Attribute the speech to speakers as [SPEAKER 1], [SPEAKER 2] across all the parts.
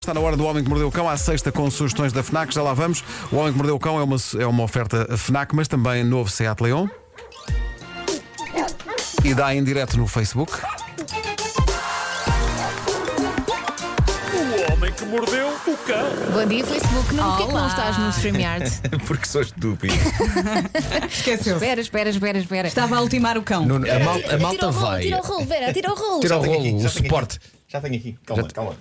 [SPEAKER 1] Está na hora do Homem que Mordeu o Cão, à sexta com sugestões da FNAC, já lá vamos. O Homem que Mordeu o Cão é uma, é uma oferta FNAC, mas também novo Seat Leon. E dá em direto no Facebook.
[SPEAKER 2] O homem que mordeu o cão.
[SPEAKER 3] Bom dia, Facebook. Não, porquê que não
[SPEAKER 4] Olá.
[SPEAKER 3] estás no StreamYard?
[SPEAKER 5] Porque sou estúpido.
[SPEAKER 4] Esqueceu-se.
[SPEAKER 3] espera, espera, espera, espera.
[SPEAKER 4] Estava a ultimar o cão.
[SPEAKER 6] Nuno, a, mal- a
[SPEAKER 3] tira
[SPEAKER 6] malta
[SPEAKER 3] o rolo,
[SPEAKER 6] vai.
[SPEAKER 3] tira o rolo, Vera, tira o rolo.
[SPEAKER 6] Tira o
[SPEAKER 5] tenho aqui,
[SPEAKER 6] rolo, o
[SPEAKER 5] já tenho
[SPEAKER 6] suporte.
[SPEAKER 5] Já tenho aqui. Calma, calma.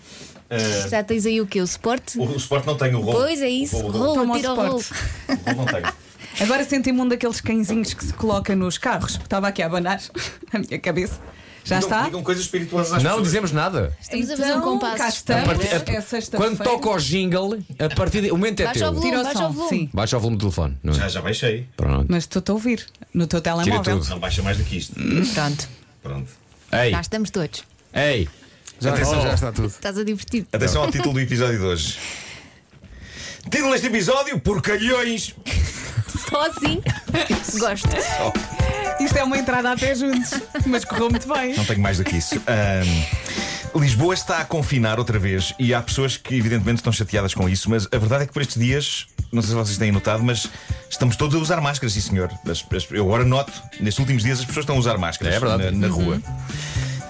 [SPEAKER 5] Eh,
[SPEAKER 3] Já tens aí o quê? O suporte?
[SPEAKER 5] o, o suporte não tem o rolo.
[SPEAKER 3] Pois é isso,
[SPEAKER 5] O rolo,
[SPEAKER 3] rolo,
[SPEAKER 4] Toma o
[SPEAKER 3] tira o rolo.
[SPEAKER 4] suporte.
[SPEAKER 5] o rolo não tem.
[SPEAKER 4] Agora senti-me um daqueles cãezinhos que se coloca nos carros. Estava aqui a abanar a minha cabeça. Já
[SPEAKER 5] Digam-
[SPEAKER 4] está?
[SPEAKER 5] Digam coisas espirituosas às
[SPEAKER 6] Não
[SPEAKER 5] pessoas.
[SPEAKER 6] dizemos nada.
[SPEAKER 3] Estamos a fazer um compasso.
[SPEAKER 4] Então, Cá
[SPEAKER 6] A
[SPEAKER 4] estamos.
[SPEAKER 6] partir- a-
[SPEAKER 4] é sexta-feira.
[SPEAKER 6] quando toca o jingle, a partir de, o momento é
[SPEAKER 3] Baixa o
[SPEAKER 6] teu.
[SPEAKER 3] volume,
[SPEAKER 4] Tira o
[SPEAKER 3] baixa
[SPEAKER 4] som,
[SPEAKER 3] o volume.
[SPEAKER 4] sim.
[SPEAKER 6] Baixa o volume do telefone. Nuno.
[SPEAKER 5] Já, já baixei.
[SPEAKER 6] Pronto.
[SPEAKER 4] Mas estou a ouvir no teu
[SPEAKER 6] Tira
[SPEAKER 4] telemóvel.
[SPEAKER 6] tudo.
[SPEAKER 5] Não baixa mais do que isto.
[SPEAKER 3] Pronto,
[SPEAKER 5] Pronto.
[SPEAKER 6] Ei,
[SPEAKER 3] cá estamos todos.
[SPEAKER 6] ei.
[SPEAKER 1] Já,
[SPEAKER 5] Atenção.
[SPEAKER 1] já está tudo.
[SPEAKER 3] Estás a divertir-te.
[SPEAKER 5] Atenção ao título do episódio de hoje. Título deste episódio: Porcalhões.
[SPEAKER 3] Só assim. Gosto.
[SPEAKER 4] Isto é uma entrada até juntos. Mas correu muito bem.
[SPEAKER 5] Não tenho mais do que isso. Ahm, Lisboa está a confinar outra vez e há pessoas que, evidentemente, estão chateadas com isso, mas a verdade é que por estes dias, não sei se vocês têm notado, mas estamos todos a usar máscaras, sim senhor. As- as- eu agora noto, nestes últimos dias, as pessoas estão a usar máscaras
[SPEAKER 6] É verdade.
[SPEAKER 5] na, na rua.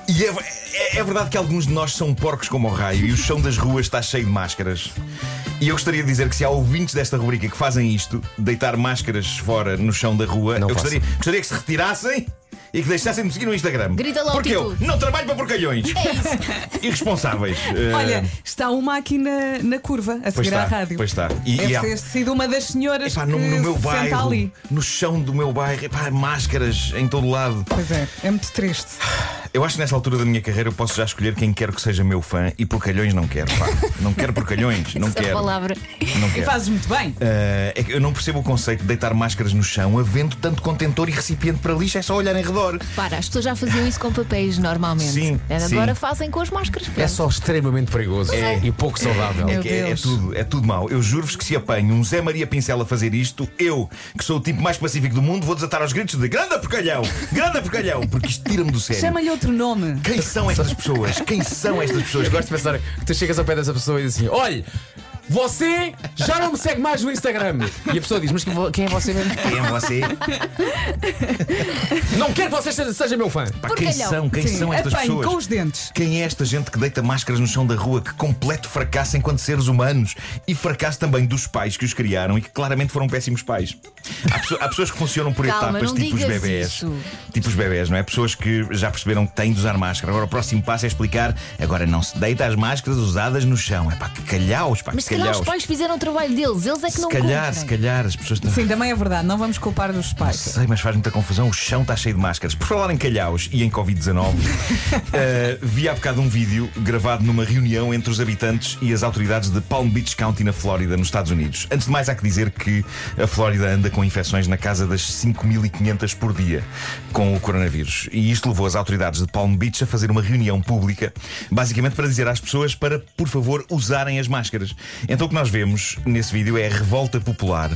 [SPEAKER 5] E é, é- é verdade que alguns de nós são porcos como o raio e o chão das ruas está cheio de máscaras. E eu gostaria de dizer que se há ouvintes desta rubrica que fazem isto, deitar máscaras fora no chão da rua,
[SPEAKER 6] Não
[SPEAKER 5] eu
[SPEAKER 6] façam.
[SPEAKER 5] gostaria, gostaria que se retirassem e que deixassem de me seguir no Instagram.
[SPEAKER 3] Grita lá o
[SPEAKER 5] Porque eu
[SPEAKER 3] título.
[SPEAKER 5] não trabalho para porcalhões. Irresponsáveis. Eh,
[SPEAKER 4] É Olha, está uma aqui na, na curva, a
[SPEAKER 5] pois
[SPEAKER 4] seguir
[SPEAKER 5] está,
[SPEAKER 4] à rádio.
[SPEAKER 5] pois está. E,
[SPEAKER 4] Deve
[SPEAKER 5] e há-
[SPEAKER 4] ter sido uma das senhoras
[SPEAKER 5] epá,
[SPEAKER 4] que
[SPEAKER 5] no, no meu
[SPEAKER 4] se senta
[SPEAKER 5] bairro,
[SPEAKER 4] ali.
[SPEAKER 5] no chão do meu bairro, epá, máscaras em todo lado.
[SPEAKER 4] Pois é, é muito triste.
[SPEAKER 5] Eu acho que nessa altura da minha carreira eu posso já escolher quem quero que seja meu fã e porcalhões não quero, pá. Não quero porcalhões, não
[SPEAKER 4] é
[SPEAKER 3] Essa
[SPEAKER 5] quero.
[SPEAKER 3] palavra.
[SPEAKER 5] Não
[SPEAKER 4] E
[SPEAKER 5] quero.
[SPEAKER 4] fazes muito bem.
[SPEAKER 5] Eh, é que eu não percebo o conceito de deitar máscaras no chão, havendo tanto contentor e recipiente para lixo, é só olhar em redor.
[SPEAKER 4] Então,
[SPEAKER 3] Para, as pessoas já faziam isso com papéis normalmente. É,
[SPEAKER 5] Sim,
[SPEAKER 3] Agora
[SPEAKER 5] sim.
[SPEAKER 3] fazem com as máscaras.
[SPEAKER 6] É
[SPEAKER 3] pronto.
[SPEAKER 6] só extremamente perigoso e pouco saudável.
[SPEAKER 5] É, que é- é
[SPEAKER 4] Deus.
[SPEAKER 5] tudo, é tudo mau. Eu juro-vos que se apanho um Zé Maria Pincel a fazer isto, eu, que sou o tipo mais pacífico do mundo, vou desatar aos gritos de grande porcalhão, grande porcalhão, porque isto tira-me do sério.
[SPEAKER 4] Chama-lhe outro nome.
[SPEAKER 5] Quem são estas pessoas? Quem são estas pessoas?
[SPEAKER 6] Eu gosto de pensar que tu chegas ao pé dessa pessoa e diz assim: olha, você já não me segue mais no Instagram. E a pessoa diz: mas quem vo- quem é você mesmo?
[SPEAKER 5] Quem é você?
[SPEAKER 6] Não quero que você seja, seja meu fã.
[SPEAKER 5] Pá, quem
[SPEAKER 3] Porcalhão.
[SPEAKER 5] são? Quem
[SPEAKER 4] Sim,
[SPEAKER 5] são estas
[SPEAKER 4] apanhe
[SPEAKER 5] pessoas?
[SPEAKER 4] com os dentes.
[SPEAKER 5] Quem é esta gente que deita máscaras no chão da rua, que completo fracasso enquanto seres humanos e fracasso também dos pais que os criaram e que claramente foram péssimos pais? Há, pesso- há pessoas que funcionam por
[SPEAKER 3] Calma,
[SPEAKER 5] etapas,
[SPEAKER 3] não
[SPEAKER 5] tipo os
[SPEAKER 3] digas
[SPEAKER 5] bebés.
[SPEAKER 3] isso.
[SPEAKER 5] Tipo os bebés, não é? Pessoas que já perceberam que têm de usar máscara. Agora o próximo passo é explicar. Agora não se deita as máscaras usadas no chão. É pá, que calhaus, pá,
[SPEAKER 3] Mas se
[SPEAKER 5] que
[SPEAKER 3] calhar
[SPEAKER 5] calhaus.
[SPEAKER 3] os pais fizeram o trabalho deles, eles é que
[SPEAKER 5] se
[SPEAKER 3] não
[SPEAKER 5] calhar, se
[SPEAKER 3] cumprem.
[SPEAKER 5] calhar, as pessoas estão.
[SPEAKER 4] Sim, também é verdade, não vamos culpar os pais.
[SPEAKER 5] Sei, mas faz muita confusão. O chão está cheio de máscaras. Por falar em calhaus e em Covid-19, eh, vi há bocado um vídeo gravado numa reunião entre os habitantes e as autoridades de Palm Beach County, na Flórida, nos Estados Unidos. Antes de mais, há que dizer que a Flórida anda com infecções na casa das 5.500 por dia com o coronavírus. E isto levou as autoridades de Palm Beach a fazer uma reunião pública, basicamente para dizer às pessoas para, por favor, usarem as máscaras. Então o que nós vemos nesse vídeo é a revolta popular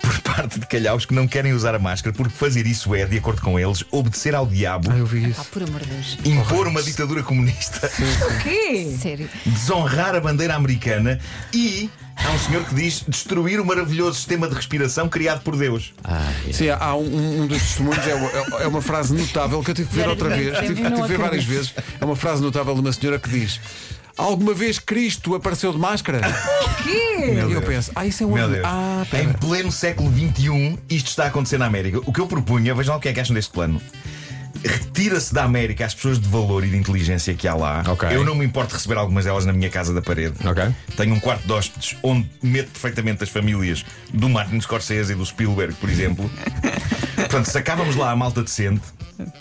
[SPEAKER 5] por parte de calhaus que não querem usar a máscara, porque fazer isso é, de acordo com eles, obedecer ao diabo,
[SPEAKER 3] Ah, por amor de Deus.
[SPEAKER 5] impor uma ditadura comunista,
[SPEAKER 4] O quê? É
[SPEAKER 3] Sério.
[SPEAKER 5] desonrar a bandeira americana e. Há um senhor que diz destruir o maravilhoso sistema de respiração criado por Deus.
[SPEAKER 1] Sim, há um, um dos testemunhos, é, uma- é uma frase notável que eu tive que ver outra vez, tive, tive que ver várias vezes. É uma frase notável de uma senhora que diz: Alguma vez Cristo apareceu de máscara?
[SPEAKER 4] quê?
[SPEAKER 1] E eu penso: Ah, isso é um.
[SPEAKER 5] Meu Deus.
[SPEAKER 1] Ah,
[SPEAKER 5] em
[SPEAKER 1] pera.
[SPEAKER 5] pleno século XXI, isto está a acontecer na América. O que eu propunha, vejam lá o que é que acham deste plano. Retira-se da América as pessoas de valor e de inteligência que há lá.
[SPEAKER 6] Ok.
[SPEAKER 5] Eu não me importo de receber algumas delas na minha casa da parede.
[SPEAKER 6] Ok.
[SPEAKER 5] Tenho um quarto de hóspedes onde meto perfeitamente as famílias do Martin Scorsese e do Spielberg, por exemplo. Portanto, sacávamos lá a malta decente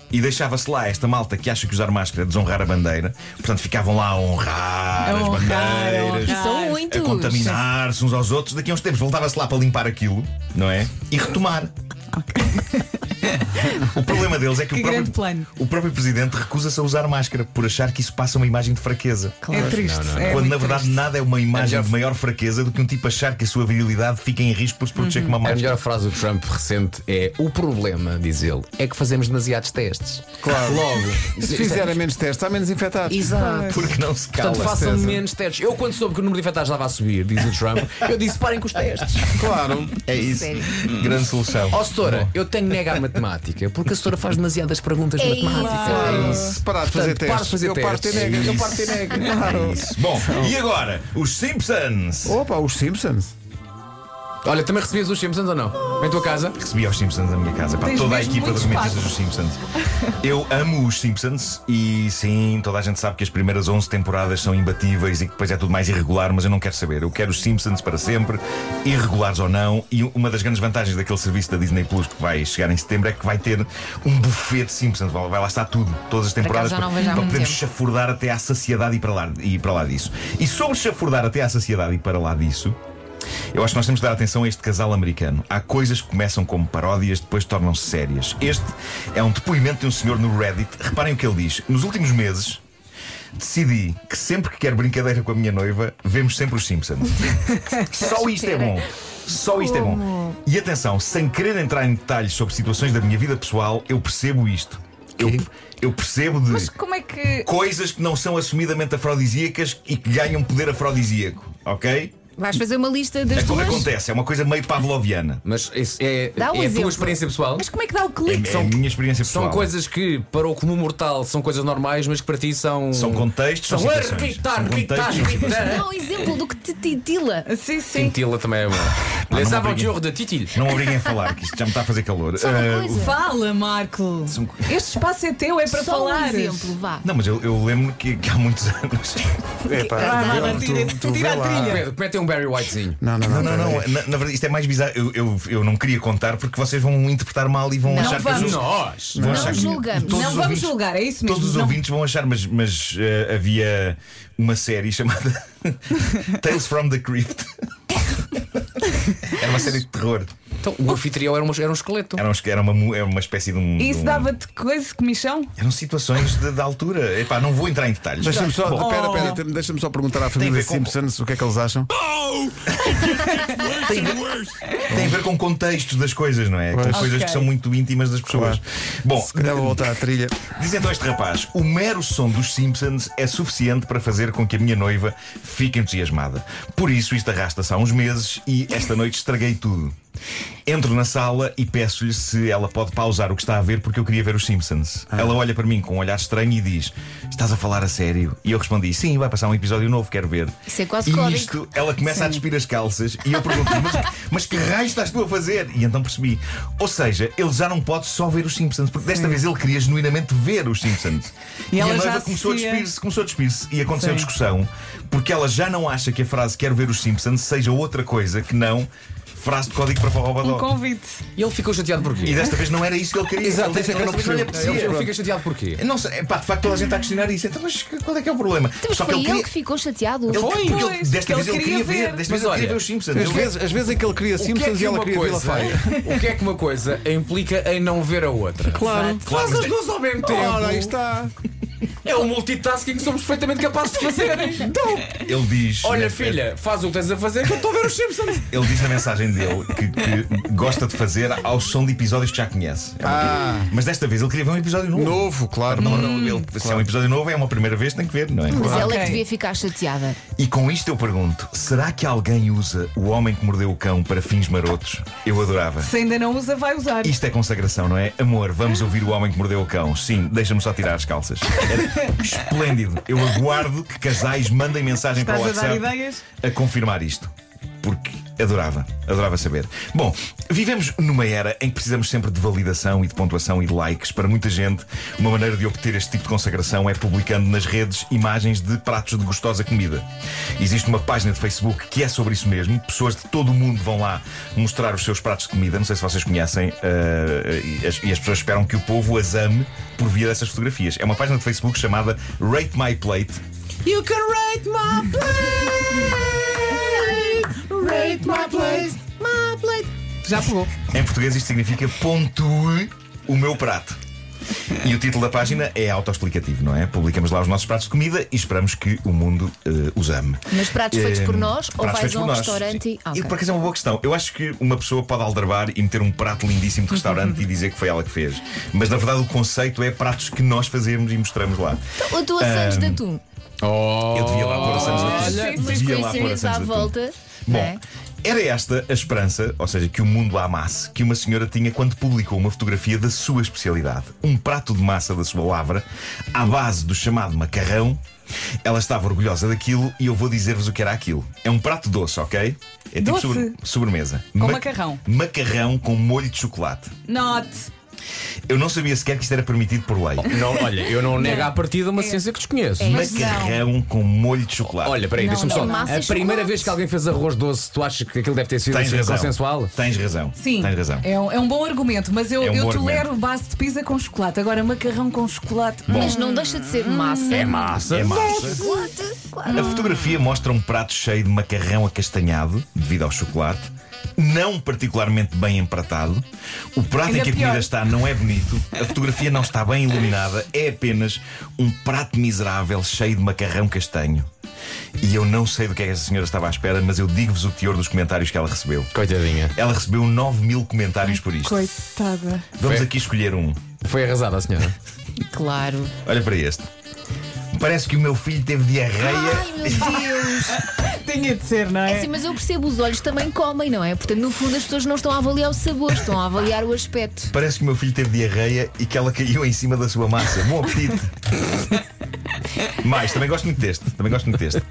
[SPEAKER 5] e deixava-se lá esta malta que acha que usar máscara é desonrar a bandeira. Portanto, ficavam lá a honrar
[SPEAKER 4] A
[SPEAKER 5] as
[SPEAKER 4] honrar, a
[SPEAKER 5] bandeiras
[SPEAKER 4] honrar.
[SPEAKER 3] E são
[SPEAKER 4] Ah,
[SPEAKER 5] a
[SPEAKER 3] muitos.
[SPEAKER 5] contaminar-se uns aos outros. Daqui a uns tempos voltava-se lá para limpar aquilo, não é? E retomar. O problema deles é que,
[SPEAKER 4] Que
[SPEAKER 5] o, próprio,
[SPEAKER 4] grande plano.
[SPEAKER 5] o próprio presidente recusa-se a usar máscara por achar que isso passa uma imagem de fraqueza.
[SPEAKER 4] É triste. é
[SPEAKER 5] Quando
[SPEAKER 4] muito
[SPEAKER 5] na verdade
[SPEAKER 4] triste.
[SPEAKER 5] nada é uma imagem
[SPEAKER 6] melhor-
[SPEAKER 5] de maior fraqueza do que um tipo achar que a sua virilidade fica em risco por se proteger com uma
[SPEAKER 6] A
[SPEAKER 5] máscara.
[SPEAKER 6] Uhum. É melhor frase do Trump recente é: O problema, diz ele, é que fazemos demasiados testes. é
[SPEAKER 1] Claro. Logo. Se fizerem menos testes, há menos infectados.
[SPEAKER 6] Exato.
[SPEAKER 5] Porque não se cala.
[SPEAKER 6] Portanto, façam
[SPEAKER 1] César.
[SPEAKER 6] menos testes. Eu, quando soube que o número de infectados estava a subir, diz o Trump, eu disse: parem com os testes.
[SPEAKER 1] Claro.
[SPEAKER 5] É isso.
[SPEAKER 3] Sério.
[SPEAKER 5] Grande solução.
[SPEAKER 6] Ó, setora, eu tenho nega à matemática, porque a setora faz demasiadas perguntas
[SPEAKER 3] É
[SPEAKER 6] de matemática.
[SPEAKER 1] Claro. Se parar Ah, de fazer
[SPEAKER 6] Portanto, paro
[SPEAKER 1] testes,
[SPEAKER 6] de fazer
[SPEAKER 1] eu paro de ter
[SPEAKER 6] testes. É
[SPEAKER 1] negas.
[SPEAKER 6] Eu paro de ter negas.
[SPEAKER 1] Claro.
[SPEAKER 5] Bom, e agora? Os Simpsons.
[SPEAKER 1] Opa, os Simpsons.
[SPEAKER 6] Olha, também recebias os Simpsons ou não? Em tua casa?
[SPEAKER 5] Recebi aos Simpsons da minha casa, para
[SPEAKER 4] Tens
[SPEAKER 5] toda a
[SPEAKER 4] mesmo
[SPEAKER 5] equipa
[SPEAKER 4] muito
[SPEAKER 5] dos comentistas
[SPEAKER 4] espaço.
[SPEAKER 5] dos Simpsons. Eu amo os Simpsons e sim, toda a gente sabe que as primeiras 11 temporadas são imbatíveis e que depois é tudo mais irregular, mas eu não quero saber. Eu quero os Simpsons para sempre, irregulares ou não. E uma das grandes vantagens daquele serviço da Disney Plus que vai chegar em setembro é que vai ter um buffet de Simpsons. Vai vai lá estar tudo, todas as temporadas,
[SPEAKER 3] já
[SPEAKER 5] para,
[SPEAKER 3] não vejo há
[SPEAKER 5] para
[SPEAKER 3] muito
[SPEAKER 5] podermos
[SPEAKER 3] tempo.
[SPEAKER 5] chafurdar até à saciedade e para, lá, e para lá disso. E sobre chafurdar até à saciedade e para lá disso. Eu acho que nós temos de dar atenção a este casal americano. Há coisas que começam como paródias, depois tornam-se sérias. Este é um depoimento de um senhor no Reddit. Reparem o que ele diz. Nos últimos meses. Decidi que sempre que quero brincadeira com a minha noiva, vemos sempre os Simpsons. Só isto é bom. Só isto é bom. E atenção, sem querer entrar em detalhes sobre situações da minha vida pessoal, eu percebo isto. Eu, eu percebo de
[SPEAKER 4] Mas como é que.
[SPEAKER 5] coisas que não são assumidamente afrodisíacas e que ganham poder afrodisíaco, ok?
[SPEAKER 3] Vais fazer uma lista das
[SPEAKER 5] Aco-
[SPEAKER 3] tuas?
[SPEAKER 5] Acontece, é uma coisa meio pavloviana.
[SPEAKER 6] Mas isso é,
[SPEAKER 3] Dá um
[SPEAKER 6] é a tua
[SPEAKER 3] exemplo.
[SPEAKER 6] experiência pessoal?
[SPEAKER 4] Mas como é que dá o
[SPEAKER 5] É,
[SPEAKER 4] clique?
[SPEAKER 5] é
[SPEAKER 3] um
[SPEAKER 5] a minha experiência
[SPEAKER 6] São
[SPEAKER 5] pessoal.
[SPEAKER 6] coisas que para o comum mortal são coisas normais, mas que para ti são.
[SPEAKER 5] São contextos, são
[SPEAKER 6] São
[SPEAKER 5] situações.
[SPEAKER 6] irritar,
[SPEAKER 5] São
[SPEAKER 6] irritar,
[SPEAKER 5] contextos, são
[SPEAKER 6] irritar.
[SPEAKER 3] Dá um exemplo do que te titila.
[SPEAKER 4] Sim, sim.
[SPEAKER 6] Tintila também é bom.
[SPEAKER 5] não
[SPEAKER 6] Les
[SPEAKER 5] me obriguem.
[SPEAKER 6] aventures de Titil.
[SPEAKER 5] Não me obriguem a falar, que isto já me está a fazer calor.
[SPEAKER 3] Só uma
[SPEAKER 5] Ah,
[SPEAKER 3] coisa.
[SPEAKER 4] Fala, Marco. Este espaço é teu, é para
[SPEAKER 3] Só
[SPEAKER 4] falar.
[SPEAKER 3] um exemplo, vá.
[SPEAKER 5] não, mas eu, eu lembro que, que há muitos anos.
[SPEAKER 1] É pá,
[SPEAKER 4] Vai, vai,
[SPEAKER 1] tu-
[SPEAKER 4] tira-
[SPEAKER 1] tu
[SPEAKER 4] tira a
[SPEAKER 1] vê lá.
[SPEAKER 4] trilha.
[SPEAKER 6] Pedro, Comete um Barry Whitezinho.
[SPEAKER 1] Não, não, não.
[SPEAKER 5] Não, não, na, na verdade, isto é mais bizarro. Eu, eu, eu não queria contar porque vocês vão interpretar mal e vão
[SPEAKER 4] Não
[SPEAKER 5] achar que
[SPEAKER 4] vamos.
[SPEAKER 5] eu sou-
[SPEAKER 6] Nós!
[SPEAKER 5] vão
[SPEAKER 3] Não
[SPEAKER 5] achar que-
[SPEAKER 3] julgamos.
[SPEAKER 5] todos
[SPEAKER 4] não
[SPEAKER 5] os
[SPEAKER 4] vamos
[SPEAKER 5] ouvintes-
[SPEAKER 4] julgar, é isso mesmo.
[SPEAKER 5] Todos os
[SPEAKER 4] não.
[SPEAKER 5] ouvintes vão achar, mas, mas eh, havia uma série chamada Tales from the Crypt. Era uma série de terror.
[SPEAKER 6] Então, o anfitrião era um, era um esqueleto.
[SPEAKER 5] Era, uns- era uma, mu- era uma espécie de um.
[SPEAKER 4] E
[SPEAKER 5] de
[SPEAKER 4] isso
[SPEAKER 5] um-
[SPEAKER 4] dava-te coisa, comichão?
[SPEAKER 5] Eram situações de- da altura. Epá, não vou entrar em detalhes.
[SPEAKER 1] Deixa-me só,
[SPEAKER 5] Bom,
[SPEAKER 1] pera, pera, tem- deixa-me só perguntar à
[SPEAKER 5] Tem a
[SPEAKER 1] família
[SPEAKER 5] ver com-
[SPEAKER 1] Simpsons o que é que eles acham.
[SPEAKER 5] tem a ver com contextos das coisas, não é? Com
[SPEAKER 1] Pois.
[SPEAKER 5] coisas que
[SPEAKER 4] Ok.
[SPEAKER 5] são muito íntimas das pessoas. Bom,
[SPEAKER 1] Se calhar vou voltar à trilha.
[SPEAKER 5] diz então este rapaz: o mero som dos Simpsons é suficiente para fazer com que a minha noiva fique entusiasmada. Por isso, isto arrasta-se há uns meses e esta noite estraguei tudo. Entro na sala e peço-lhe se ela pode pausar o que está a ver porque eu queria ver os Simpsons.
[SPEAKER 1] Ah.
[SPEAKER 5] Ela olha para mim com um olhar estranho e diz: Estás a falar a sério? E eu respondi: Sim, vai passar um episódio novo, quero ver.
[SPEAKER 3] Isso é quase
[SPEAKER 5] e
[SPEAKER 3] código.
[SPEAKER 5] nisto isto, ela começa a despir as calças e eu pergunto mas, mas que raio estás tu a fazer? E então percebi. Ou seja, ele já não pode só ver os Simpsons, porque desta vez ele queria genuinamente ver os Simpsons.
[SPEAKER 4] E
[SPEAKER 5] a
[SPEAKER 4] ela
[SPEAKER 5] noiva
[SPEAKER 4] já
[SPEAKER 5] começou a
[SPEAKER 4] associa.
[SPEAKER 5] despir-se, começou a despir-se e aconteceu
[SPEAKER 4] Sim.
[SPEAKER 5] discussão, porque ela já não acha que a frase quero ver os Simpsons seja outra coisa que não frase de código para
[SPEAKER 4] Um
[SPEAKER 5] Forrobadó.
[SPEAKER 4] convite.
[SPEAKER 6] E ele ficou chateado
[SPEAKER 5] E
[SPEAKER 6] porquê?
[SPEAKER 5] desta vez não era isso que ele queria.
[SPEAKER 6] Exato, é
[SPEAKER 5] ele disse que eu não
[SPEAKER 6] ele-
[SPEAKER 5] percebo.
[SPEAKER 6] ele- Ele fica chateado porquê?
[SPEAKER 5] Não sei, pá, de facto toda a gente está a questionar isso. Então, mas qual é que é o problema?
[SPEAKER 3] Então, mas foi ele que ficou chateado.
[SPEAKER 5] Ele-
[SPEAKER 4] Foi.
[SPEAKER 5] porque ele-
[SPEAKER 4] Pois,
[SPEAKER 5] desta
[SPEAKER 4] que
[SPEAKER 5] vez
[SPEAKER 4] ele
[SPEAKER 5] ele queria
[SPEAKER 4] queria
[SPEAKER 5] ver, desta
[SPEAKER 4] ver.
[SPEAKER 5] vez
[SPEAKER 6] Mas
[SPEAKER 5] ele queria
[SPEAKER 6] olha,
[SPEAKER 5] ver os Simpsons.
[SPEAKER 1] Às
[SPEAKER 5] Ele-
[SPEAKER 1] vezes, às vezes em que ele cria
[SPEAKER 6] O que, é
[SPEAKER 1] Simpsons
[SPEAKER 6] que
[SPEAKER 1] e ela
[SPEAKER 6] uma
[SPEAKER 1] cria Vila
[SPEAKER 6] coisa,
[SPEAKER 1] Faia.
[SPEAKER 6] o que é que uma coisa implica em não ver a outra?
[SPEAKER 1] Claro.
[SPEAKER 5] Claro,
[SPEAKER 6] Faz
[SPEAKER 5] mas
[SPEAKER 6] as
[SPEAKER 5] tem-
[SPEAKER 6] duas ao mesmo tempo.
[SPEAKER 1] Ora, aí está.
[SPEAKER 6] É o multitasking que somos perfeitamente capazes de fazer. Então,
[SPEAKER 5] Ele diz.
[SPEAKER 6] olha,
[SPEAKER 5] na-
[SPEAKER 6] filha, faz o que tens a fazer que eu estou a ver os Simpsons.
[SPEAKER 5] Ele diz na mensagem dele que, que gosta de fazer ao som de episódios que já conhece. É uma- Mas desta vez ele queria ver um episódio novo.
[SPEAKER 1] Novo, claro.
[SPEAKER 5] Não, não, ele- Se é um episódio novo, é uma primeira vez, tem que ver, não é?
[SPEAKER 3] Mas ela é
[SPEAKER 4] Ok.
[SPEAKER 3] que devia ficar chateada.
[SPEAKER 5] E com isto eu pergunto: será que alguém usa o homem que mordeu o cão para fins marotos? Eu adorava.
[SPEAKER 4] Se ainda não usa, vai usar.
[SPEAKER 5] Isto é consagração, não é? Amor, vamos ouvir o homem que mordeu o cão. Sim, deixa-me só tirar as calças. Era esplêndido. Eu aguardo que casais mandem mensagem para o
[SPEAKER 4] Estás a dar
[SPEAKER 5] WhatsApp
[SPEAKER 4] ideias?
[SPEAKER 5] a confirmar isto. Porque adorava, adorava saber. Bom, vivemos numa era em que precisamos sempre de validação e de pontuação e de likes. Para muita gente, uma maneira de obter este tipo de consagração é publicando nas redes imagens de pratos de gostosa comida. Existe uma página de Facebook que é sobre isso mesmo. Pessoas de todo o mundo vão lá mostrar os seus pratos de comida. Não sei se vocês conhecem, eh, e as- e as pessoas esperam que o povo as ame por via dessas fotografias. É uma página de Facebook chamada Rate My Plate.
[SPEAKER 6] You can rate my plate. Rate my plate.
[SPEAKER 4] Já pegou.
[SPEAKER 5] Em português isto significa pontue O meu prato. E o título da página é autoexplicativo, não é? Publicamos lá os nossos pratos de comida e esperamos que o mundo eh, os ame.
[SPEAKER 3] Mas pratos feitos por
[SPEAKER 5] Eh,
[SPEAKER 3] nós ou
[SPEAKER 5] pratos
[SPEAKER 3] vais
[SPEAKER 5] feitos
[SPEAKER 3] a um
[SPEAKER 5] por nós.
[SPEAKER 3] restaurante e. Ah,
[SPEAKER 5] E
[SPEAKER 3] ok.
[SPEAKER 5] por acaso é uma boa questão. Eu acho que uma pessoa pode aldrabar e meter um prato lindíssimo de restaurante e dizer que foi ela que fez. Mas na verdade o conceito é pratos que nós fazemos e mostramos lá.
[SPEAKER 3] Ou tu assanos de atum.
[SPEAKER 5] Eu devia lá pôr a Santos da Cruz.
[SPEAKER 3] Olha, mas
[SPEAKER 5] Devia lá pôr a
[SPEAKER 3] coincidência
[SPEAKER 5] Santos
[SPEAKER 3] à
[SPEAKER 5] da Cruz.
[SPEAKER 3] volta. não é?
[SPEAKER 4] Né?
[SPEAKER 5] Bom, era esta a esperança, ou seja, que o mundo a amasse, que uma senhora tinha quando publicou uma fotografia da sua especialidade. Um prato de massa da sua lavra, à base do chamado macarrão. Ela estava orgulhosa daquilo e eu vou dizer-vos o que era aquilo. É um prato doce, ok? É
[SPEAKER 4] Doce?
[SPEAKER 5] sobre- sobremesa.
[SPEAKER 4] Com macarrão.
[SPEAKER 5] Macarrão com molho de chocolate.
[SPEAKER 4] Note.
[SPEAKER 5] Eu não sabia sequer que isto era permitido por lei.
[SPEAKER 6] Não, olha, eu não É. nego à partida uma ciência que desconheço.
[SPEAKER 3] Mas não.
[SPEAKER 5] Macarrão com molho de chocolate.
[SPEAKER 6] Olha, peraí,
[SPEAKER 3] Não,
[SPEAKER 6] deixa-me
[SPEAKER 3] não.
[SPEAKER 6] só.
[SPEAKER 3] É massa
[SPEAKER 6] A
[SPEAKER 3] e
[SPEAKER 6] primeira
[SPEAKER 3] chocolate.
[SPEAKER 6] vez que alguém fez arroz doce, tu achas que aquilo deve ter sido
[SPEAKER 5] tens
[SPEAKER 6] assim,
[SPEAKER 5] razão.
[SPEAKER 6] consensual?
[SPEAKER 5] Tens razão.
[SPEAKER 4] Sim.
[SPEAKER 5] Tens razão.
[SPEAKER 4] É um, é um bom argumento, mas eu,
[SPEAKER 5] É um
[SPEAKER 4] eu
[SPEAKER 5] bom
[SPEAKER 4] tolero
[SPEAKER 5] argumento. Hum.
[SPEAKER 4] base de pizza com chocolate. Agora macarrão com chocolate.
[SPEAKER 3] Mas não deixa de ser massa.
[SPEAKER 5] É massa. É massa. A fotografia mostra um prato cheio de macarrão acastanhado, devido ao chocolate, não particularmente bem empratado. O prato em
[SPEAKER 4] Ainda
[SPEAKER 5] que a
[SPEAKER 4] pior.
[SPEAKER 5] comida está não é bonito, a fotografia não está bem iluminada, é apenas um prato miserável cheio de macarrão castanho. E eu não sei do que é que essa senhora estava à espera, mas eu digo-vos o teor dos comentários que ela recebeu.
[SPEAKER 6] Coitadinha.
[SPEAKER 5] Ela recebeu 9 mil comentários por isto.
[SPEAKER 4] Coitada.
[SPEAKER 5] Vamos
[SPEAKER 6] Foi.
[SPEAKER 5] aqui escolher um.
[SPEAKER 6] Foi arrasada a senhora.
[SPEAKER 3] Claro.
[SPEAKER 5] Olha para este. Parece que o meu filho teve diarreia.
[SPEAKER 3] Ai meu Deus!
[SPEAKER 4] Tinha de ser, não
[SPEAKER 3] É assim, mas eu percebo, os olhos também comem, não é? Portanto, no fundo, as pessoas não estão a avaliar o sabor, estão a avaliar o aspecto.
[SPEAKER 5] Parece que o meu filho teve diarreia e que ela caiu em cima da sua massa. Bom apetite! Mais, também gosto muito deste. Também gosto muito deste.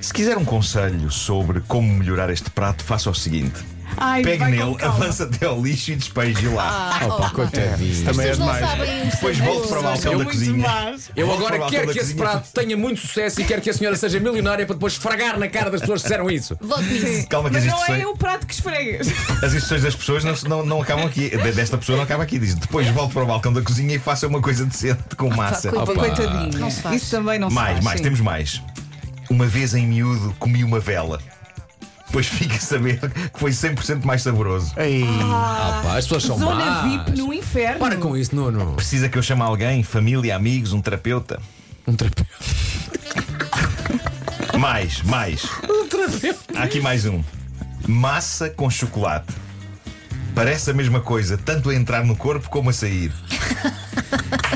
[SPEAKER 5] Se quiser um conselho sobre como melhorar este prato, faça o seguinte:
[SPEAKER 4] Ai,
[SPEAKER 5] pegue
[SPEAKER 4] vai com
[SPEAKER 5] nele,
[SPEAKER 4] calma.
[SPEAKER 5] avança até ao lixo e despeje lá.
[SPEAKER 3] Ah,
[SPEAKER 6] Opa,
[SPEAKER 3] oh,
[SPEAKER 6] coitadinha.
[SPEAKER 1] Também é
[SPEAKER 3] Vocês não
[SPEAKER 1] demais.
[SPEAKER 3] sabem o
[SPEAKER 5] Depois
[SPEAKER 3] sabor.
[SPEAKER 5] volte para o balcão da cozinha.
[SPEAKER 6] Eu
[SPEAKER 5] Volte para
[SPEAKER 6] agora
[SPEAKER 5] o
[SPEAKER 6] quero
[SPEAKER 5] balcão
[SPEAKER 6] que
[SPEAKER 5] da
[SPEAKER 6] esse
[SPEAKER 5] cozinha.
[SPEAKER 6] prato tenha muito sucesso e quero que a senhora seja milionária para depois esfragar na cara das pessoas que disseram isso.
[SPEAKER 3] Volte nisso.
[SPEAKER 5] Calma, que as
[SPEAKER 4] Mas não
[SPEAKER 5] instruções,
[SPEAKER 4] é o prato que esfregas.
[SPEAKER 5] as instruções das pessoas não, se- não, não acabam aqui. De- Desta pessoa não acaba aqui. Diz: depois volte para o balcão da cozinha e faça uma coisa decente
[SPEAKER 4] Ah,
[SPEAKER 5] com massa.
[SPEAKER 3] coitadinho.
[SPEAKER 4] Coitadinho.
[SPEAKER 3] Não se faz.
[SPEAKER 4] Isso também não
[SPEAKER 5] Mais,
[SPEAKER 4] se faz.
[SPEAKER 5] mais,
[SPEAKER 4] sim.
[SPEAKER 5] temos mais. Uma vez em miúdo comi uma vela. Pois fica a saber que foi 100% mais saboroso.
[SPEAKER 6] É Opa, Ah, as pessoas são
[SPEAKER 4] Zona
[SPEAKER 6] más.
[SPEAKER 4] VIP no inferno.
[SPEAKER 6] Para com isso, Nuno.
[SPEAKER 5] Precisa que eu chame alguém, família, amigos, um terapeuta?
[SPEAKER 6] Um terapeuta.
[SPEAKER 5] Mais, mais.
[SPEAKER 6] Um terapeuta.
[SPEAKER 5] Há aqui mais um. Massa com chocolate. Parece a mesma coisa, tanto a entrar no corpo como a sair.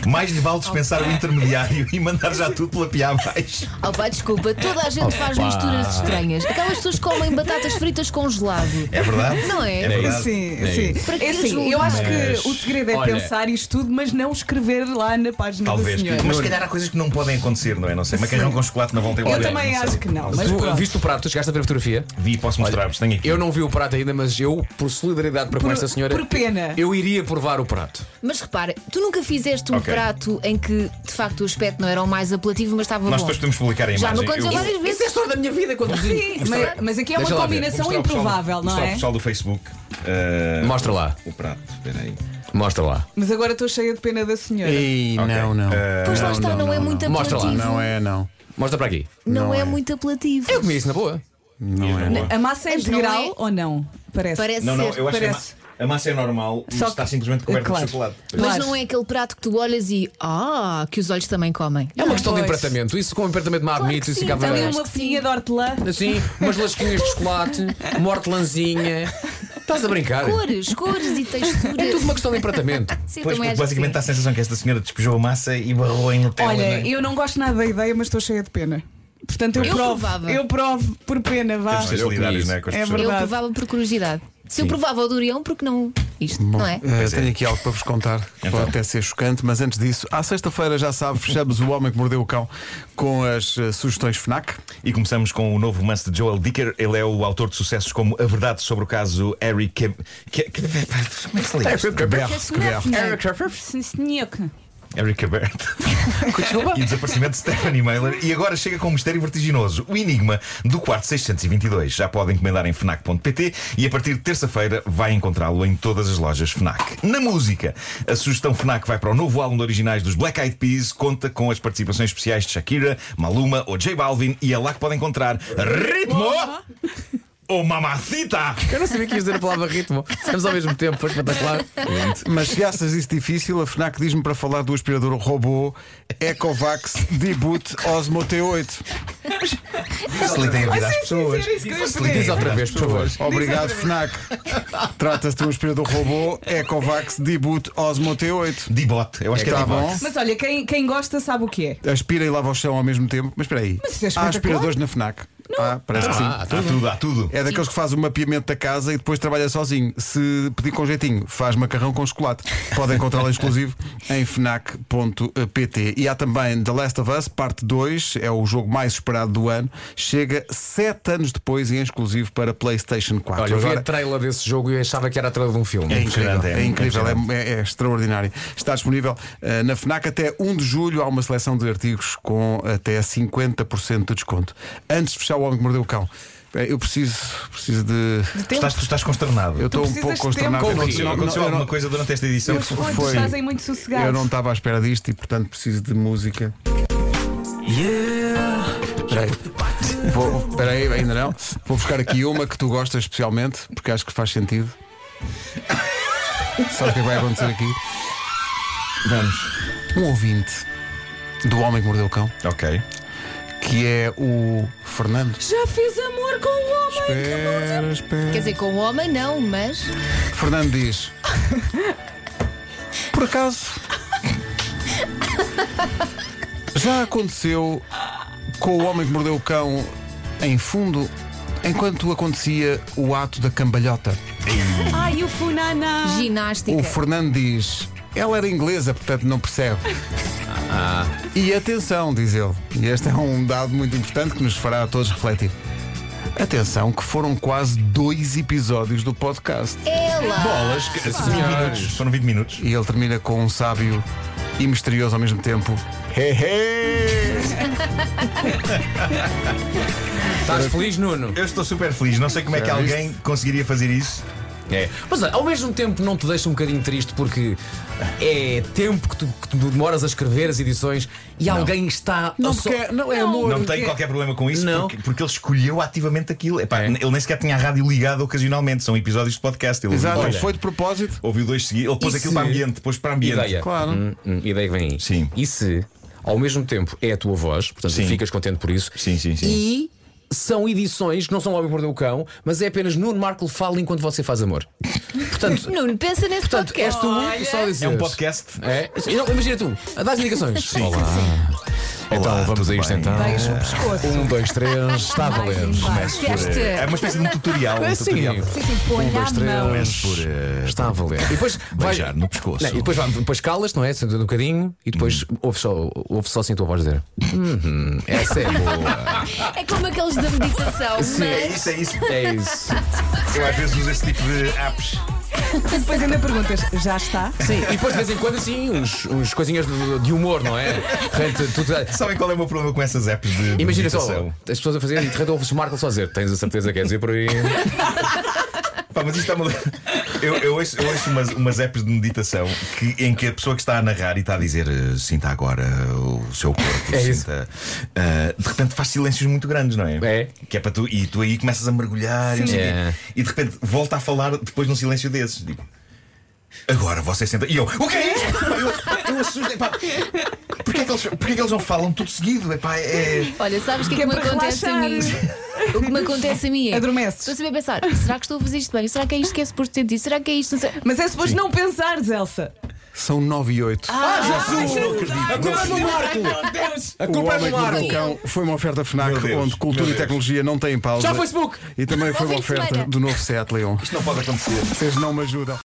[SPEAKER 5] Mais lhe vale dispensar o intermediário e mandar já tudo pela pia abaixo.
[SPEAKER 3] Oh, pá, desculpa, toda a gente faz
[SPEAKER 6] Opa.
[SPEAKER 3] misturas estranhas. Aquelas pessoas que comem batatas fritas congelado.
[SPEAKER 5] É verdade?
[SPEAKER 3] Não é?
[SPEAKER 5] É verdade.
[SPEAKER 4] Sim,
[SPEAKER 5] É
[SPEAKER 4] sim.
[SPEAKER 5] isso.
[SPEAKER 3] Para que
[SPEAKER 4] É assim,
[SPEAKER 3] julgo?
[SPEAKER 4] eu acho
[SPEAKER 5] Mas,
[SPEAKER 4] que o segredo é
[SPEAKER 6] olha-
[SPEAKER 4] pensar isto tudo, mas não escrever lá na página
[SPEAKER 5] Talvez.
[SPEAKER 4] da senhora.
[SPEAKER 5] Mas se calhar há coisas que não podem acontecer, não é? Não sei. Macarrão com chocolate não vão ter
[SPEAKER 4] Eu
[SPEAKER 5] Olha,
[SPEAKER 4] também
[SPEAKER 5] não sei.
[SPEAKER 4] acho que não. Mas
[SPEAKER 6] Tu
[SPEAKER 4] pronto.
[SPEAKER 6] viste o prato? Tu chegaste a ver a fotografia?
[SPEAKER 5] Vi, posso mostrar-vos. Tenho aqui.
[SPEAKER 6] Eu não vi o prato ainda, mas eu, por solidariedade para com
[SPEAKER 4] Por-
[SPEAKER 6] esta senhora,
[SPEAKER 4] por pena.
[SPEAKER 6] eu iria provar o prato.
[SPEAKER 3] Mas repara, tu nunca fizeste um
[SPEAKER 5] Ok.
[SPEAKER 3] prato em que de facto o aspecto não era o mais apelativo, mas estava
[SPEAKER 5] Nós
[SPEAKER 3] bom.
[SPEAKER 5] depois podemos publicar a
[SPEAKER 3] Já
[SPEAKER 5] imagem.
[SPEAKER 3] me aconteceu
[SPEAKER 5] Eu-
[SPEAKER 3] várias vezes.
[SPEAKER 6] Isso é a história da minha vida quando cozinho.
[SPEAKER 4] Sim, mas, mas aqui é
[SPEAKER 6] Deixa
[SPEAKER 4] uma
[SPEAKER 6] lá ver.
[SPEAKER 4] combinação
[SPEAKER 5] Vou mostrar ao pessoal-
[SPEAKER 4] improvável, não
[SPEAKER 5] mostrar ao
[SPEAKER 4] é?
[SPEAKER 5] pessoal do Facebook. eh,
[SPEAKER 6] Mostra lá,
[SPEAKER 5] O prato, espera aí.
[SPEAKER 6] mostra lá.
[SPEAKER 4] Mas agora estou cheia de pena da senhora.
[SPEAKER 1] Ei,
[SPEAKER 5] Ok.
[SPEAKER 1] não, não.
[SPEAKER 5] Eh,
[SPEAKER 3] Pois lá está, não, é muito
[SPEAKER 6] Mostra lá,
[SPEAKER 3] apelativo.
[SPEAKER 1] Não é, não.
[SPEAKER 6] Mostra para aqui.
[SPEAKER 3] Não
[SPEAKER 1] Não
[SPEAKER 3] é,
[SPEAKER 1] é.
[SPEAKER 3] muito apelativo.
[SPEAKER 6] Eu comi isso na boa.
[SPEAKER 1] Não é.
[SPEAKER 4] A massa é
[SPEAKER 3] Mas não
[SPEAKER 4] integral
[SPEAKER 3] é?
[SPEAKER 4] ou não? Parece.
[SPEAKER 3] Parece
[SPEAKER 5] não, não,
[SPEAKER 3] ser.
[SPEAKER 5] eu acho que a ma-
[SPEAKER 4] parece.
[SPEAKER 5] a massa é normal, mas
[SPEAKER 4] Só que-
[SPEAKER 5] está simplesmente coberta
[SPEAKER 4] claro.
[SPEAKER 5] de chocolate.
[SPEAKER 3] Mas
[SPEAKER 4] Claro.
[SPEAKER 3] não é aquele prato que tu olhas e ah, que os olhos também comem.
[SPEAKER 6] É uma questão de
[SPEAKER 4] Pois.
[SPEAKER 6] empratamento. Isso com um empratamento não admito.
[SPEAKER 3] que
[SPEAKER 6] isso
[SPEAKER 3] sim,
[SPEAKER 6] acaba
[SPEAKER 4] Ali
[SPEAKER 3] Acho
[SPEAKER 4] uma
[SPEAKER 3] que
[SPEAKER 4] folhinha
[SPEAKER 3] sim.
[SPEAKER 4] de hortelã.
[SPEAKER 6] assim, umas lasquinhas de chocolate, uma hortelãzinha. Estás a brincar?
[SPEAKER 3] Cores, cores e texturas.
[SPEAKER 6] É tudo uma questão de empratamento.
[SPEAKER 3] Sim,
[SPEAKER 5] Pois,
[SPEAKER 3] eu também
[SPEAKER 5] porque
[SPEAKER 3] acho que
[SPEAKER 5] basicamente dá a sensação que esta senhora despejou a massa e barrou em Nutella. não
[SPEAKER 4] Olha,
[SPEAKER 5] é?
[SPEAKER 4] eu não gosto nada da ideia, mas estou cheia de pena. Portanto, eu,
[SPEAKER 3] Eu
[SPEAKER 4] provo.
[SPEAKER 3] provava.
[SPEAKER 4] Eu provo por pena, vá.
[SPEAKER 5] Temos de ser
[SPEAKER 6] Olha, eu comi
[SPEAKER 5] solidários,
[SPEAKER 6] isso.
[SPEAKER 5] não é? Com as
[SPEAKER 4] É
[SPEAKER 5] pessoas.
[SPEAKER 3] sim. Eu
[SPEAKER 4] verdade.
[SPEAKER 3] provava por curiosidade. Se eu
[SPEAKER 5] Sim.
[SPEAKER 3] provava o Dorião, porque não isto,
[SPEAKER 1] Bom,
[SPEAKER 3] não é?
[SPEAKER 1] eh, tenho aqui algo para vos contar, pode até ser chocante, mas antes disso, à sexta-feira, já sabe, fechamos o Homem que Mordeu o Cão com as eh, sugestões FNAC.
[SPEAKER 5] E começamos com o novo romance de Joel Dicker. Ele é o autor de sucessos como A Verdade sobre o caso Harry Ke... Ke... Ke... Como é que se lê isto?
[SPEAKER 4] é
[SPEAKER 5] Eric Aberto. E o desaparecimento de Stephanie Mailer. E agora chega com um mistério vertiginoso: o enigma do quarto 622. Já podem encomendar em Fnac.pt e a partir de terça-feira vai encontrá-lo em todas as lojas Fnac. Na música, a sugestão Fnac vai para o novo álbum de originais dos Black Eyed Peas. Conta com as participações especiais de Shakira, Maluma ou J Balvin. E é lá que podem encontrar Ritmo Oh mamacita!
[SPEAKER 6] Eu não sabia que ias dizer a palavra ritmo. Estamos ao mesmo tempo, foi espetacular.
[SPEAKER 1] Mas se achas isso difícil, a FNAC diz-me para falar do aspirador robô Ecovax D-Boot Osmo T8.
[SPEAKER 5] Facilitem a vida às pessoas.
[SPEAKER 4] Era isso que eu ia
[SPEAKER 5] Facilitem a
[SPEAKER 4] pedir.
[SPEAKER 6] Diz
[SPEAKER 5] vida
[SPEAKER 6] outra
[SPEAKER 5] às
[SPEAKER 6] vez, por
[SPEAKER 5] pessoas.
[SPEAKER 6] favor.
[SPEAKER 1] Obrigado, FNAC. Trata-se de um aspirador robô Ecovax D-Boot Osmo T8.
[SPEAKER 5] Dibote, eu acho que é
[SPEAKER 1] Está
[SPEAKER 5] Dibote.
[SPEAKER 1] Tá bom?
[SPEAKER 4] Mas olha, quem, quem gosta sabe o que é.
[SPEAKER 1] Aspira e lava o chão ao mesmo tempo. Mas espera aí.
[SPEAKER 4] Mas isso é
[SPEAKER 1] Há
[SPEAKER 4] espetacular.
[SPEAKER 1] aspiradores na FNAC. Ah, parece que sim.
[SPEAKER 5] Há tudo, há tudo.
[SPEAKER 1] É daqueles que faz o mapeamento da casa e depois trabalha sozinho. Se pedir com jeitinho, faz macarrão com chocolate. Podem encontrá-lo exclusivo em fnac.pt. E há também The Last of Us, parte 2, é o jogo mais esperado do ano. Chega 7 anos depois e é exclusivo para PlayStation 4.
[SPEAKER 6] Olha, eu vi
[SPEAKER 1] Agora-
[SPEAKER 6] a trailer desse jogo e eu achava que era a trailer de um filme.
[SPEAKER 5] É impressionante,
[SPEAKER 1] é incrível, é, é- é extraordinário. Está disponível eh, na FNAC até 1 de julho. Há uma seleção de artigos com até 50% de desconto. Antes de fechar o homem que mordeu o cão, espera aí, eu preciso, preciso de.
[SPEAKER 5] Tu estás, tu estás consternado.
[SPEAKER 1] Eu estou um
[SPEAKER 4] precisas
[SPEAKER 1] pouco
[SPEAKER 4] de
[SPEAKER 1] consternado.
[SPEAKER 4] tempo.
[SPEAKER 1] Eu não-
[SPEAKER 5] Aconteceu,
[SPEAKER 1] não-
[SPEAKER 5] aconteceu
[SPEAKER 1] não- eu
[SPEAKER 5] alguma
[SPEAKER 1] não-
[SPEAKER 5] coisa durante esta edição?
[SPEAKER 4] Eles muito,
[SPEAKER 1] foi.
[SPEAKER 4] estás aí muito sossegado.
[SPEAKER 1] Eu não estava à espera disto e, portanto, preciso de música. Espera aí. Vou- Espera aí, ainda não. Vou buscar aqui uma que tu gostas especialmente, porque acho que faz sentido. Sabe o que vai acontecer aqui?
[SPEAKER 5] Vamos.
[SPEAKER 1] Um ouvinte do Homem que Mordeu o Cão,
[SPEAKER 5] Ok.
[SPEAKER 1] que é o Fernando.
[SPEAKER 4] Já fiz amor com o homem.
[SPEAKER 1] Espera, espera.
[SPEAKER 3] Quer dizer, com o homem não, mas.
[SPEAKER 1] Fernando diz: Por acaso já aconteceu com o homem que mordeu o cão em fundo enquanto acontecia o ato da cambalhota?
[SPEAKER 4] Ai, o Funana.
[SPEAKER 3] Ginástica.
[SPEAKER 1] O Fernando diz: Ela era inglesa, portanto não percebe. E atenção, diz ele, e este é um dado muito importante que nos fará a todos refletir. Atenção, que foram quase dois episódios do podcast.
[SPEAKER 3] Ela!
[SPEAKER 5] Bolas, que- foram 20 minutos. Foram 20 minutos.
[SPEAKER 1] E ele termina com um sábio e misterioso ao mesmo tempo. He he!
[SPEAKER 6] Estás feliz, Nuno?
[SPEAKER 5] Eu estou super feliz. Não sei como é que
[SPEAKER 1] Já viste?
[SPEAKER 5] alguém conseguiria fazer isso.
[SPEAKER 6] É. Mas olha, ao mesmo tempo não te deixa um bocadinho triste porque é tempo que tu, que tu demoras a escrever as edições e alguém está.
[SPEAKER 1] Não,
[SPEAKER 6] a só-
[SPEAKER 1] porque é, não é amor.
[SPEAKER 5] Não tenho qualquer problema com isso
[SPEAKER 6] Não.
[SPEAKER 5] Porque, porque ele escolheu ativamente aquilo. Epá,
[SPEAKER 6] É.
[SPEAKER 5] Ele nem sequer tinha a rádio ligada ocasionalmente. São episódios de podcast. Ele
[SPEAKER 1] Exato,
[SPEAKER 5] Olha,
[SPEAKER 1] foi de propósito.
[SPEAKER 5] Ouviu dois seguidos. Ele pôs
[SPEAKER 6] E
[SPEAKER 5] aquilo
[SPEAKER 6] se-
[SPEAKER 5] para ambiente. Pôs para ambiente.
[SPEAKER 6] Ideia.
[SPEAKER 1] Claro.
[SPEAKER 6] Hum, hum, ideia que vem aí.
[SPEAKER 5] Sim.
[SPEAKER 6] E se, ao mesmo tempo, é a tua voz, portanto
[SPEAKER 5] Sim.
[SPEAKER 6] ficas contente por isso.
[SPEAKER 5] Sim, sim, sim.
[SPEAKER 6] E são edições que não são Homem que Mordeu o Cão, mas é apenas Nuno Marco fala enquanto você faz amor. Portanto,
[SPEAKER 3] Nuno, pensa nesse
[SPEAKER 6] portanto és
[SPEAKER 3] podcast.
[SPEAKER 6] tu só dizes.
[SPEAKER 5] É um podcast.
[SPEAKER 6] É? E não, imagina tu, dás indicações. Sim. Olá. Então
[SPEAKER 5] Olá,
[SPEAKER 6] vamos
[SPEAKER 5] tudo
[SPEAKER 6] a isto
[SPEAKER 5] bem?
[SPEAKER 6] então.
[SPEAKER 4] Beijo no pescoço.
[SPEAKER 6] Um, dois, três, está a valer.
[SPEAKER 3] Fizeste-
[SPEAKER 5] É uma espécie de um tutorial. um
[SPEAKER 6] É
[SPEAKER 5] tutorial.
[SPEAKER 6] assim.
[SPEAKER 4] Sim, sim, põe
[SPEAKER 6] dois,
[SPEAKER 4] a mão.
[SPEAKER 6] três.
[SPEAKER 5] Começo por eh,
[SPEAKER 6] Está a valer. E depois vai.
[SPEAKER 5] beijar no pescoço.
[SPEAKER 6] Não, e depois, vai- depois calas, não é? Sentes um bocadinho e depois ouves só, ouves só assim a tua voz dizer. "Uhum, essa é boa.
[SPEAKER 3] É como aqueles da
[SPEAKER 5] É
[SPEAKER 3] meditação, mas.
[SPEAKER 5] isso, é isso.
[SPEAKER 6] É isso.
[SPEAKER 5] Eu às vezes uso esse tipo de apps.
[SPEAKER 4] E depois ainda perguntas, já está?
[SPEAKER 6] Sim, e depois de vez em quando assim, uns, uns coisinhas de, de humor, não é? Portanto, tu- tu-
[SPEAKER 5] Sabem qual é o meu problema com essas apps de. de
[SPEAKER 6] Imagina só,
[SPEAKER 5] meditação?
[SPEAKER 6] as pessoas a fazerem e de repente ouves Marco só a dizer: Tens a certeza que é dizer por aí?
[SPEAKER 5] Pá, mas isto é uma... eu, eu ouço, eu ouço umas, umas apps de meditação que- em que a pessoa que está a narrar e está a dizer eh, sinta agora o seu corpo,
[SPEAKER 6] É isso.
[SPEAKER 5] sinta. ah, de repente faz silêncios muito grandes, não é?
[SPEAKER 6] É.
[SPEAKER 5] Que é para tu. E tu aí começas a mergulhar e, não sei o quê.
[SPEAKER 6] É.
[SPEAKER 5] e de repente volta a falar depois num silêncio desses. Digo, agora você senta. E eu, o que é isto? Eu, eu assusto. Epá, Porquê é, que eles, porquê é que eles não falam tudo seguido? Epá, é,
[SPEAKER 3] Olha, sabes o que,
[SPEAKER 4] Que
[SPEAKER 3] é que
[SPEAKER 4] é
[SPEAKER 3] me
[SPEAKER 4] para
[SPEAKER 3] acontece a mim? O que me acontece a mim é.
[SPEAKER 4] Adormeces.
[SPEAKER 3] Estou sempre a pensar: será que estou a fazer isto bem? Será que é isto que é suposto ter dito? Será que é isto? Não sei.
[SPEAKER 4] Mas é suposto não pensares, Elsa.
[SPEAKER 1] São 9 e 8.
[SPEAKER 6] Ah, A culpa é do Marco! A
[SPEAKER 1] o
[SPEAKER 6] culpa é
[SPEAKER 1] Homem que Mordeu
[SPEAKER 6] do
[SPEAKER 1] o
[SPEAKER 6] Marco!
[SPEAKER 1] Cão foi uma oferta
[SPEAKER 5] Meu
[SPEAKER 1] FNAC
[SPEAKER 5] Deus,
[SPEAKER 1] onde cultura
[SPEAKER 5] meu
[SPEAKER 1] e
[SPEAKER 5] Deus.
[SPEAKER 1] tecnologia não têm pausa.
[SPEAKER 6] Já o Facebook!
[SPEAKER 1] E também foi uma
[SPEAKER 3] Ao fim de
[SPEAKER 1] oferta
[SPEAKER 3] semana.
[SPEAKER 1] do novo Seat Leon.
[SPEAKER 5] isto não pode acontecer.
[SPEAKER 1] Vocês não me ajudam.